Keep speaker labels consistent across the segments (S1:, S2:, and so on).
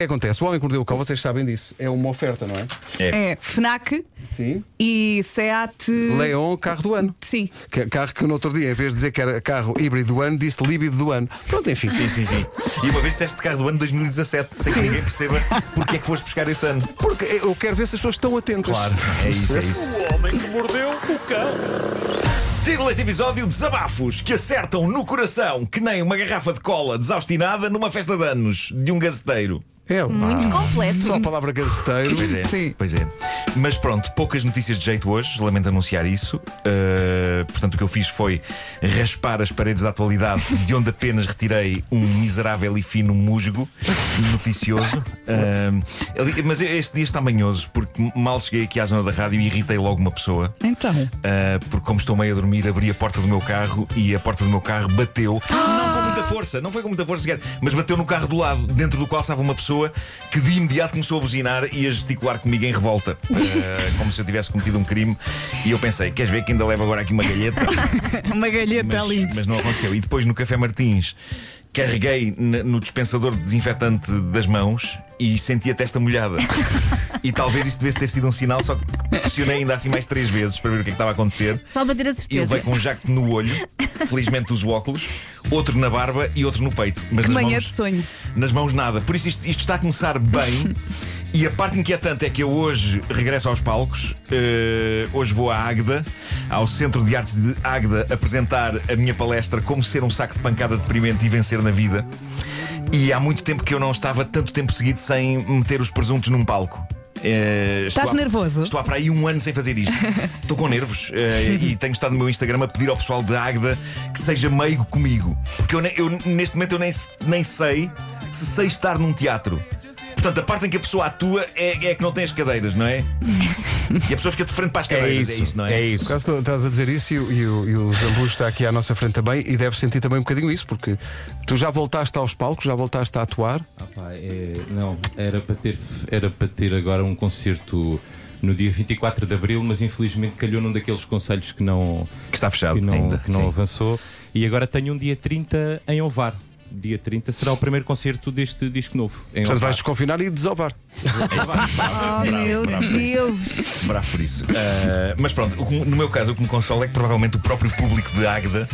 S1: que acontece? O Homem que Mordeu o Cão, vocês sabem disso, é uma oferta, não é?
S2: É FNAC
S1: Sim.
S2: e SEAT.
S1: Leon, carro do ano.
S2: Sim.
S1: Que- Carro que no outro dia, em vez de dizer que era carro híbrido do ano, disse líbido do ano. Pronto, enfim.
S3: Sim, sim, sim. E uma vez disseste carro do ano 2017, sem que ninguém perceba porque é que foste buscar esse ano.
S1: Porque eu quero ver se as pessoas estão atentas.
S3: É isso, é isso.
S4: O homem que mordeu o cão.
S3: Título deste episódio: Desabafos que acertam no coração, que nem uma garrafa de cola desaustinada numa festa de anos de um gazeteiro.
S1: É lá.
S3: Ah.
S5: Muito completo.
S1: Só a palavra gazeteiro.
S3: Pois é,
S2: Sim.
S3: pois é. Mas pronto, poucas notícias de jeito hoje, lamento anunciar isso. Uh, portanto, o que eu fiz foi raspar as paredes da atualidade, de onde apenas retirei um miserável e fino musgo noticioso. Uh, ali- mas este dia está manhoso, porque mal cheguei aqui à zona da rádio e irritei logo uma pessoa.
S2: Então.
S3: Uh, porque como estou meio a dormir, abri a porta do meu carro e a porta do meu carro bateu. Não com muita força, não foi com muita força sequer, mas bateu no carro do lado, dentro do qual estava uma pessoa que de imediato começou a buzinar e a gesticular comigo em revolta, Uh, como se eu tivesse cometido um crime. E eu pensei, queres ver que ainda levo agora aqui uma galheta?
S2: Uma galheta ali.
S3: mas, mas não aconteceu. E depois no Café Martins carreguei n- no dispensador de desinfetante das mãos e senti a testa molhada. E talvez isso devesse ter sido um sinal, só que pressionei ainda assim mais três vezes para ver o que é que estava a acontecer.
S5: Só para ter a
S3: E
S5: certeza.
S3: levei com um jacto no olho, felizmente uso óculos, outro na barba e outro no peito. Mas
S2: Que
S3: nas
S2: manhã
S3: mãos,
S2: de sonho.
S3: Nas mãos nada. Por isso isto, isto está a começar bem. E a parte inquietante é que eu hoje regresso aos palcos. Eh, hoje vou à Águeda, ao Centro de Artes de Águeda, apresentar a minha palestra Como Ser um Saco de Pancada Deprimente e Vencer na Vida. E há muito tempo que eu não estava tanto tempo seguido sem meter os presuntos num palco. Eh, estou
S2: Estás
S3: a-
S2: nervoso?
S3: Estou há para aí um ano sem fazer isto. Estou com nervos eh, e tenho estado no meu Instagram a pedir ao pessoal da Águeda que seja meigo comigo. Porque eu, ne- eu, neste momento eu nem, se- nem sei se sei estar num teatro. Portanto, a parte em que a pessoa atua é, é que não tem as cadeiras, não é? E a pessoa fica de frente para as cadeiras, é isso, não é?
S1: Por acaso tu estás a dizer isso e, o- e o, e o Zambu está aqui à nossa frente também e deve sentir também um bocadinho isso, porque tu já voltaste aos palcos, já voltaste a atuar.
S3: um
S6: Ah pá, é- não, era para, ter, era para ter agora um concerto no dia 24 de Abril, mas infelizmente calhou num daqueles conselhos que não,
S3: Que está fechado
S6: que não,
S3: ainda.
S6: que não
S3: sim.
S6: avançou. E agora tenho um dia 30 em Ovar. Dia 30 será o primeiro concerto deste disco novo. Em
S1: Portanto,
S6: Ovar.
S1: vais desconfinar e desovar.
S5: Oh meu
S3: bravo, bravo.
S5: Deus!
S3: Bravo por isso. Ah, mas pronto, o que- no meu caso, o que me consola é que provavelmente o próprio público de Águeda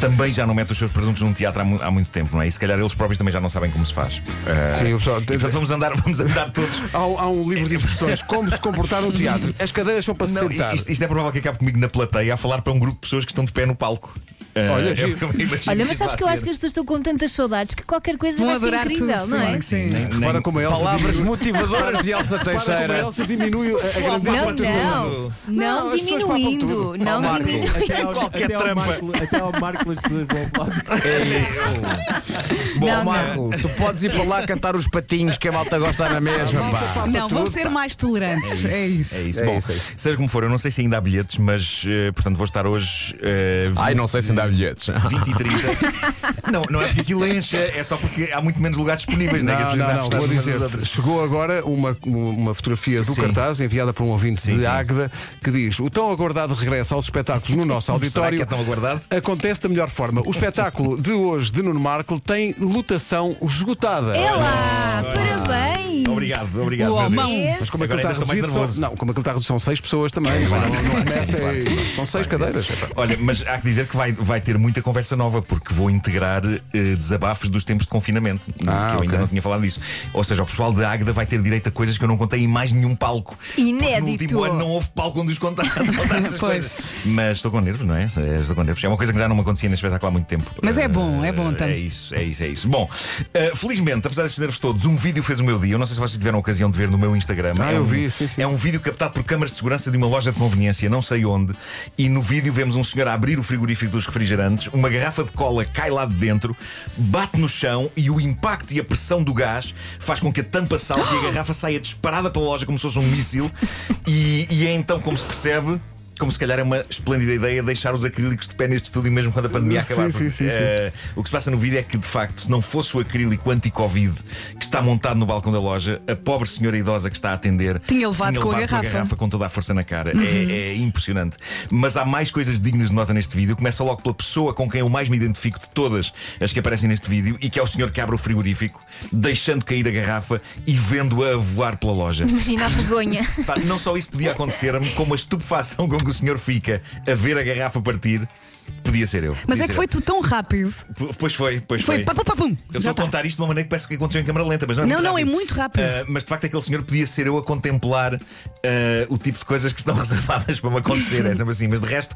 S3: também já não mete os seus presuntos num teatro há, mu- há muito tempo, não é? E se calhar eles próprios também já não sabem como se faz. Ah,
S1: Sim, o pessoal-
S3: e, portanto, vamos andar, vamos andar todos.
S1: Há, há um livro de instruções, como se comportar no teatro. As cadeiras são para se
S3: Não,
S1: sentar.
S3: isto, isto é provável que acabe comigo na plateia a falar para um grupo de pessoas que estão de pé no palco. Ah,
S1: Olha,
S3: é o
S1: giro.
S3: que eu imagino
S5: Olha,
S3: que
S5: mas
S3: isto
S5: sabes
S3: vá
S5: que eu
S3: ser.
S5: acho que as pessoas estão com tantas saudades que qualquer coisa
S2: Vão
S5: vai ser
S2: adorar
S5: incrível,
S2: tudo,
S5: não
S2: sim.
S5: é?
S3: Sim, nem- nem-
S1: Repara como é a Elsa
S7: Palavras
S1: diminui,
S7: motivadoras de Elsa
S1: repara como a
S7: Teixeira.
S1: Elsa diminui a, a grandeza da
S5: Não,
S1: tua
S5: não, não,
S1: Não, as pessoas falam
S5: diminuindo,
S1: tudo.
S5: não
S3: Marco.
S5: diminuindo.
S3: Até ao- Qualquer até ao trampa. Marco-
S6: até ao Marco as pessoas vão
S7: É Bom,
S5: Não, não.
S7: Marco, tu podes ir para lá cantar os patinhos que a malta gosta na mesma. Pá.
S2: Não, vão ser mais tolerantes. É isso.
S3: É isso. Bom, seja como for, eu não sei se ainda há bilhetes, mas eh, portanto vou estar hoje. eh,
S7: sei se ainda há bilhetes.
S3: 20 e 30. não, não é porque aquilo enche, é só porque há muito menos lugares disponíveis, né?
S1: Não,
S3: Que as pessoas
S1: não,
S3: ainda
S1: não,
S3: apostam
S1: vou
S3: umas
S1: dizer.
S3: nas outras.
S1: Chegou agora uma, uma fotografia do
S3: Sim.
S1: cartaz enviada por um ouvinte
S3: Sim,
S1: de
S3: sim.
S1: Águeda que diz: O tão aguardado regresso aos espetáculos no nosso
S3: Será que
S1: auditório
S3: é tão aguardado?
S1: acontece da melhor forma. O espetáculo de hoje de Nuno Marco tem lotação esgotada.
S5: É lá, parabéns!
S3: Obrigado, obrigado.
S2: O
S3: meu Deus.
S2: homão.
S1: Mas como é que ele
S3: Agora
S1: está
S3: ainda estou mais
S1: reduzido? são-
S3: nervoso.
S1: Não, como é que ele está reduzido? São seis pessoas também. Não, não, não começa
S3: claro que sim.
S1: aí. São seis cadeiras.
S3: Olha, mas há que dizer que vai, vai ter muita conversa nova, porque vou integrar eh, desabafos dos tempos de confinamento,
S1: Ah,
S3: que eu
S1: ok.
S3: ainda não tinha falado disso. Ou seja, o pessoal da Águeda vai ter direito a coisas que eu não contei em mais nenhum palco. Porque No
S5: Inédito.
S3: último ano não houve palco onde os contar, contar essas
S2: Pois.
S3: coisas. Mas estou com nervos, não é? É, Estou com nervos. É uma coisa que já não me acontecia neste espetáculo há muito tempo.
S2: Mas é bom,
S3: Eh,
S2: é bom também.
S3: É isso, é isso, é isso. Bom, eh, felizmente, apesar destes nervos todos, um vídeo fez o meu dia. Eu não sei se vocês tiveram a ocasião de ver no meu Instagram.
S1: Ah,
S3: é
S1: eu
S3: um,
S1: vi, sim, sim.
S3: É um vídeo captado por câmaras de segurança de uma loja de conveniência, não sei onde, e no vídeo vemos um senhor a abrir o frigorífico dos refrigerantes, uma garrafa de cola cai lá de dentro, bate no chão e o impacto e a pressão do gás faz com que a tampa salte e a garrafa saia disparada pela loja como se fosse um míssil, e, e é então como se percebe como se calhar é uma esplêndida ideia deixar os acrílicos de pé neste estúdio mesmo quando a pandemia
S1: Sim,
S3: acabar.
S1: sim,
S3: porque,
S1: sim, sim.
S3: eh, o que se passa no vídeo é que, de facto, se não fosse o acrílico anti-Covid que está montado no balcão da loja, a pobre senhora idosa que está a atender
S2: Tinha levado com a garrafa. Uhum.
S3: com toda a força na cara. É, é impressionante. Mas há mais coisas dignas de nota neste vídeo. Começa logo pela pessoa com quem eu mais me identifico de todas as que aparecem neste vídeo e que é o senhor que abre o frigorífico, deixando cair a garrafa e vendo-a a voar pela loja.
S5: Imagina a vergonha.
S3: Pá, não só isso podia acontecer-me, como a estupefação com que o senhor fica a ver a garrafa partir, podia ser eu.
S2: Mas
S3: Podia
S2: é que
S3: ser
S2: foi
S3: eu.
S2: tu tão rápido.
S3: P- Pois foi, pois
S2: Foi
S3: foi.
S2: pá, pá, pá, pum.
S3: Eu estou
S2: Já
S3: a
S2: tá.
S3: contar isto de uma maneira que parece que aconteceu em câmara lenta, mas não é
S2: Não,
S3: muito
S2: não, é
S3: rápido.
S2: muito rápido.
S3: Ah, mas de facto, aquele senhor podia ser eu a contemplar ah, o tipo de coisas que estão reservadas para me acontecer. É sempre assim. Mas de resto,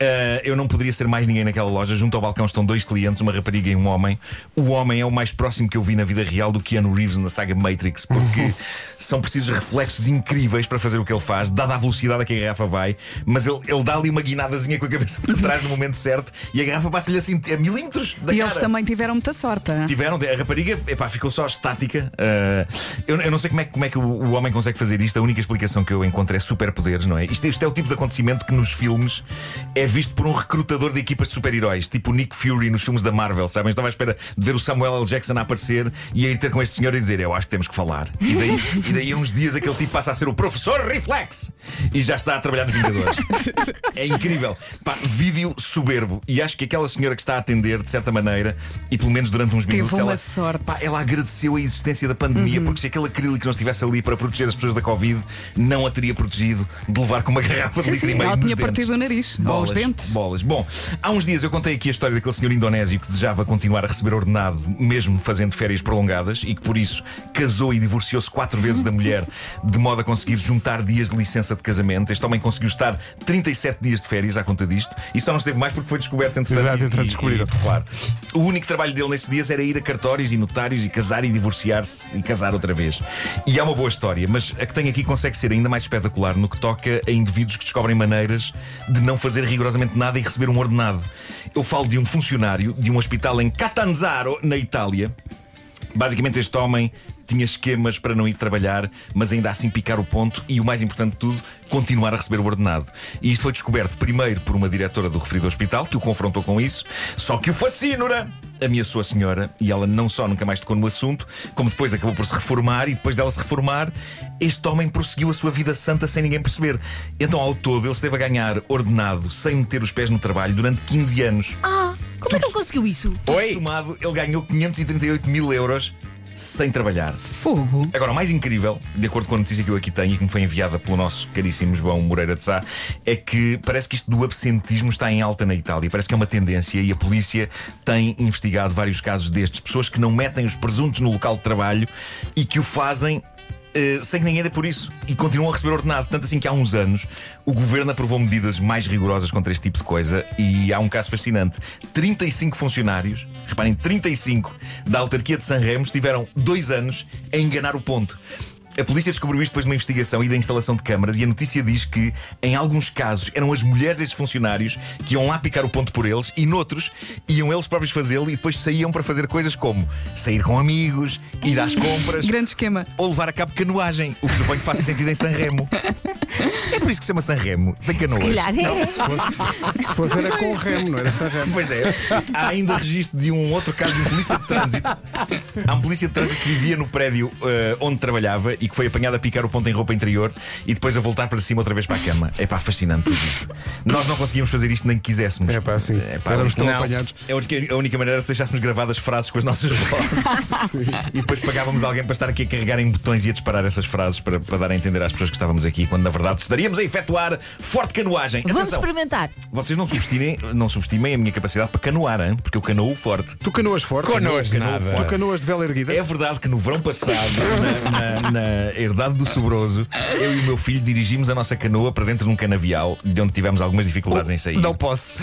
S3: ah, eu não poderia ser mais ninguém naquela loja. Junto ao balcão estão dois clientes, uma rapariga e um homem. O homem é o mais próximo que eu vi na vida real do Keanu Reeves na saga Matrix, porque são precisos reflexos incríveis para fazer o que ele faz, dada a velocidade a que a garrafa vai. Mas ele, ele dá ali uma guinadazinha com a cabeça para trás no momento certo e a garrafa passa-lhe assim a milímetros da cara.
S2: e
S3: Tipo,
S2: eles também tiveram muita sorte. hein?
S3: Tiveram, a rapariga epá, ficou só estática. Ah, eu, eu não sei como é, que- como é que o, o homem consegue fazer isto. A única explicação que eu encontro é superpoderes, não é? Isto, é- isto é o tipo de acontecimento que nos filmes é visto por um recrutador de equipas de super-heróis, tipo o Nick Fury nos filmes da Marvel, sabem? Eu Estava à espera de ver o Samuel L. Jackson a aparecer e a ir ter com este senhor e dizer: Eu acho que temos que falar. E daí, e daí a uns dias aquele tipo passa a ser o professor Reflex e já está a trabalhar nos Vingadores. É incrível. Pá, vídeo soberbo. E acho que aquela senhora que está a atender, de certa maneira, e pelo menos durante uns
S2: Teve
S3: minutos,
S2: uma
S3: ela,
S2: sorte. Uhum.
S3: pá, ela agradeceu a existência da pandemia, porque se aquele acrílico não estivesse ali para proteger as pessoas da Covid, não a teria protegido de levar com uma garrafa de litro e meio
S2: Ela
S3: nos
S2: tinha
S3: dentes.
S2: partido o nariz. Ou os
S3: Bolas,
S2: dentes.
S3: Bolas. Bom, há uns dias eu contei aqui a história daquele senhor indonésio que desejava continuar a receber ordenado, mesmo fazendo férias prolongadas, e que por isso casou e divorciou-se quatro vezes da mulher, de modo a conseguir juntar dias de licença de casamento. Este homem conseguiu estar 37 dias de férias à conta disto, e só não esteve mais porque foi descoberto entre
S1: Exato, entretanto descobriram.
S3: Claro. O único trabalho dele nesses dias era ir a cartórios e notários e casar e divorciar-se e casar outra vez. E é uma boa história, mas a que tem aqui consegue ser ainda mais espetacular no que toca a indivíduos que descobrem maneiras de não fazer rigorosamente nada e receber um ordenado. Eu falo de um funcionário de um hospital em Catanzaro, na Itália. Basicamente, este homem tinha esquemas para não ir trabalhar, mas ainda assim picar o ponto e, o mais importante de tudo, continuar a receber o ordenado. E isto foi descoberto primeiro por uma diretora do referido hospital, que o confrontou com isso, só que o facínora ameaçou a senhora e ela não só nunca mais tocou no assunto, como depois acabou por se reformar e depois dela se reformar, este homem prosseguiu a sua vida santa sem ninguém perceber. Então, ao todo, ele esteve a ganhar ordenado sem meter os pés no trabalho durante 15 anos.
S5: Ah, como é que ele conseguiu isso?
S3: Tudo somado, ele ganhou 538 mil euros sem trabalhar.
S2: Fogo.
S3: Agora, o mais incrível, de acordo com a notícia que eu aqui tenho e que me foi enviada pelo nosso caríssimo João Moreira de Sá, é que parece que isto do absentismo está em alta na Itália. Parece que é uma tendência e a polícia tem investigado vários casos destes. Pessoas que não metem os presuntos no local de trabalho e que o fazem. eh, sem que ninguém dê por isso e continuam a receber ordenado. Tanto assim que há uns anos o governo aprovou medidas mais rigorosas contra este tipo de coisa e há um caso fascinante. 35 funcionários, reparem, 35 da autarquia de San Remos tiveram dois anos a enganar o ponto. A polícia descobriu isto depois de uma investigação e da instalação de câmaras, e a notícia diz que, em alguns casos, eram as mulheres destes funcionários que iam lá picar o ponto por eles, e noutros, iam eles próprios fazê-lo e depois saíam para fazer coisas como sair com amigos, ir às compras,
S2: Grande esquema.
S3: ou levar a cabo canoagem, o que suponho que faça sentido em San Remo. É por isso que se chama San Remo, da canoas.
S5: Calhar é.
S1: Se fosse era com o remo, não era sem remo.
S3: Pois é, há ainda registro de um outro caso de um polícia de trânsito. Há um polícia de trânsito que vivia no prédio eh, onde trabalhava e que foi apanhado a picar o ponto em roupa interior e depois a voltar para cima outra vez para a cama. É pá, fascinante tudo isto. Nós não conseguíamos fazer isto nem que quiséssemos.
S1: É pá, sim.
S3: É pá,
S1: Éramos tão
S3: não.
S1: apanhados.
S3: A única, a única maneira era se deixássemos gravadas frases com as nossas vozes e depois pagávamos alguém para estar aqui a carregar em botões e a disparar essas frases para, para dar a entender às pessoas que estávamos aqui, quando na verdade estaríamos a efetuar forte canoagem.
S5: Vamos
S3: Atenção.
S5: experimentar.
S3: Vocês não subestimem, não subestimem a minha capacidade para canoar, hein? porque eu canoo forte.
S1: Tu canoas forte.
S7: Canoas
S1: Canoa-
S7: nada.
S1: Tu canoas de vela erguida.
S3: É verdade que no verão passado, na, na- na herdade do Sobroso, eu e o meu filho dirigimos a nossa canoa para dentro de um canavial, de onde tivemos algumas dificuldades em sair.
S1: Oh, Não posso.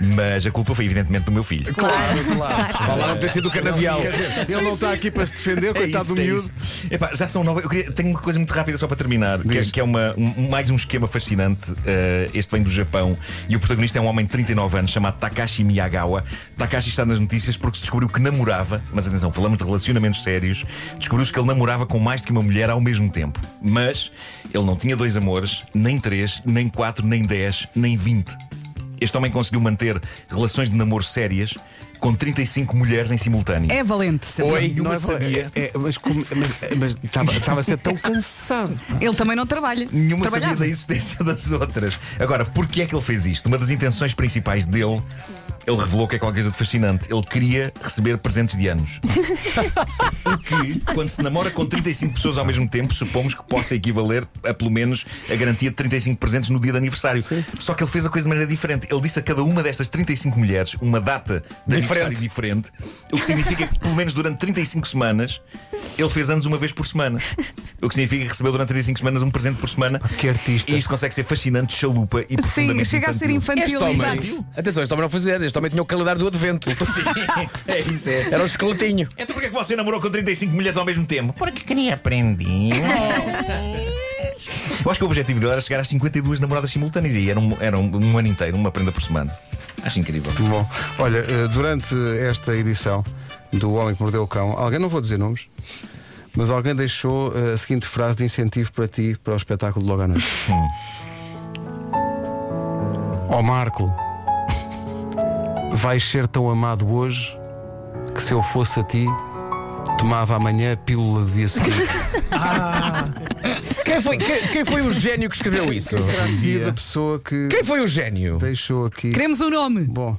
S3: Mas a culpa foi evidentemente do meu filho.
S1: Claro, claro.
S7: Falaram de ter sido o canavial.
S1: Quer dizer, ele não está aqui para se defender, coitado do
S3: é
S1: miúdo.
S3: isso. Epá, já são nove. Eu queria- tenho uma coisa muito rápida só para terminar, que é, que é uma, um- mais um esquema fascinante. Eh, este vem do Japão e o protagonista é um homem de 39 anos chamado Takashi Miyagawa. Takashi está nas notícias porque se descobriu que namorava, mas atenção, falamos de relacionamentos sérios. Descobriu-se que ele namorava com mais do que uma mulher. mulher ao mesmo tempo. Mas ele não tinha dois amores, nem três, nem quatro, nem dez, nem vinte. Este homem conseguiu manter relações de namoro sérias com 35 mulheres em simultâneo.
S2: É valente.
S3: Sandra
S1: Oi,
S3: nenhuma
S1: não é,
S3: sabia.
S1: é, mas como- mas- mas estava estava a ser tão cansado.
S2: Ele também não trabalha.
S3: Nenhuma
S2: Trabalhava.
S3: sabia da existência das outras. Agora, porquê é que ele fez isto? Uma das intenções principais dele, ele revelou que é qualquer coisa de fascinante. Ele queria receber presentes de anos. o que, quando se namora com 35 pessoas ao mesmo tempo, supomos que possa equivaler a pelo menos a garantia de 35 presentes no dia de aniversário. Só que ele fez a coisa de maneira diferente. Ele disse a cada uma destas 35 mulheres uma data de aniversário diferente, o que significa que pelo menos durante 35 semanas ele fez anos uma vez por semana. O que significa que recebeu durante 35 semanas um presente por semana.
S1: que artista.
S3: E isto consegue ser fascinante, chalupa e
S2: Ah, Sim,
S3: profundamente
S2: chega a ser infantil.
S7: Este homem,
S2: exato.
S7: atenção, este homem não fazia, este homem tinha o calendário do advento.
S3: é isso, é.
S7: Era um esqueletinho.
S3: Então porquê é que você namorou com 35 mulheres ao mesmo tempo? Porque queria aprender. Eu acho que o objetivo dele era chegar às 52 namoradas simultâneas e era um, era um, um ano inteiro, uma prenda por semana. Acho incrível.
S1: Bom, olha, eh, durante esta edição do Homem que Mordeu o Cão, alguém, não vou dizer nomes, mas alguém deixou eh, a seguinte frase de incentivo para ti, para o espetáculo de logo à noite. Ó Marco, vais ser tão amado hoje que se eu fosse a ti, tomava amanhã a pílula do dia seguinte.
S7: Quem foi, quem, quem foi o gênio que escreveu isso?
S1: E da pessoa que
S7: Quem foi o gênio?
S1: deixou aqui.
S2: Queremos o nome.
S1: Bom.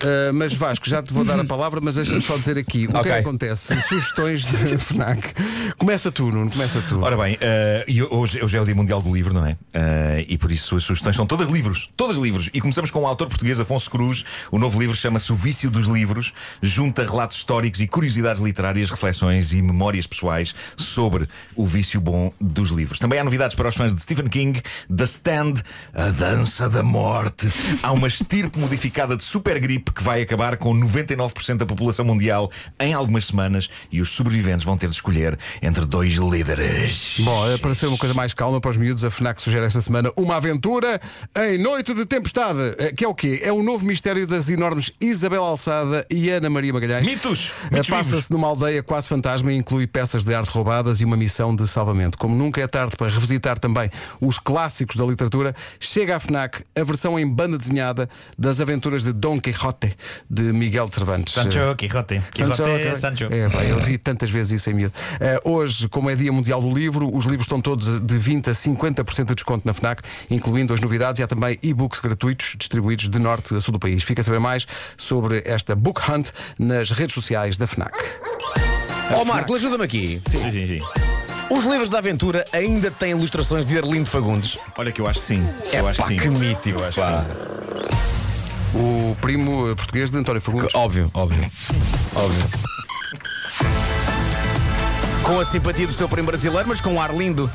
S1: Uh, mas Vasco, já te vou dar a palavra, mas deixa-me só dizer aqui o que é
S7: Ok.
S1: que acontece. Sugestões de FNAC. Começa tu, Nuno, começa tu.
S3: Ora bem, eh, e hoje, hoje é o Dia Mundial do Livro, não é? Eh, e por isso as sugestões são todas livros, todas livros. E começamos com o autor português Afonso Cruz. O novo livro chama-se O Vício dos Livros, junta relatos históricos e curiosidades literárias, reflexões e memórias pessoais sobre o vício bom um dos livros. Também há novidades para os fãs de Stephen King, The Stand, A Dança da Morte. Há uma estirpe modificada de super gripe que vai acabar com 99% da população mundial em algumas semanas e os sobreviventes vão ter de escolher entre dois líderes.
S1: Bom, eh, para ser uma coisa mais calma para os miúdos, a FNAC sugere esta semana uma aventura em Noite de Tempestade. Eh, Que é o quê? É o novo mistério das enormes Isabel Alçada e Ana Maria Magalhães.
S3: Mitos!
S1: Eh,
S3: Mitos vivos.
S1: Passa-se numa aldeia quase fantasma e inclui peças de arte roubadas e uma missão de salvamento. Como nunca é tarde para revisitar também os clássicos da literatura, chega à FNAC a versão em banda desenhada das aventuras de Dom Quixote, de Miguel de Cervantes.
S3: Sancho Quijote. Quijote
S1: ok.
S3: Sancho.
S1: É, pá, eu vi tantas vezes isso em miúdo. Eh, hoje, como é Dia Mundial do Livro, os livros estão todos de 20% a 50% de desconto na FNAC, incluindo as novidades e há também e-books gratuitos distribuídos de norte a sul do país. Fica a saber mais sobre esta Book Hunt nas redes sociais da FNAC.
S7: Ó Marco, ajuda-me aqui.
S3: Sim, sim, sim.
S7: Os livros da aventura ainda têm ilustrações de Arlindo Fagundes.
S3: Olha que eu acho que sim.
S7: É
S3: eu acho
S7: pá,
S3: que sim.
S7: que mítico.
S3: Eu acho
S7: pá.
S3: que sim.
S1: O primo eh, português de António Fagundes.
S7: Óbvio, óbvio. Óbvio. Com a simpatia do seu primo brasileiro, mas com um ar lindo.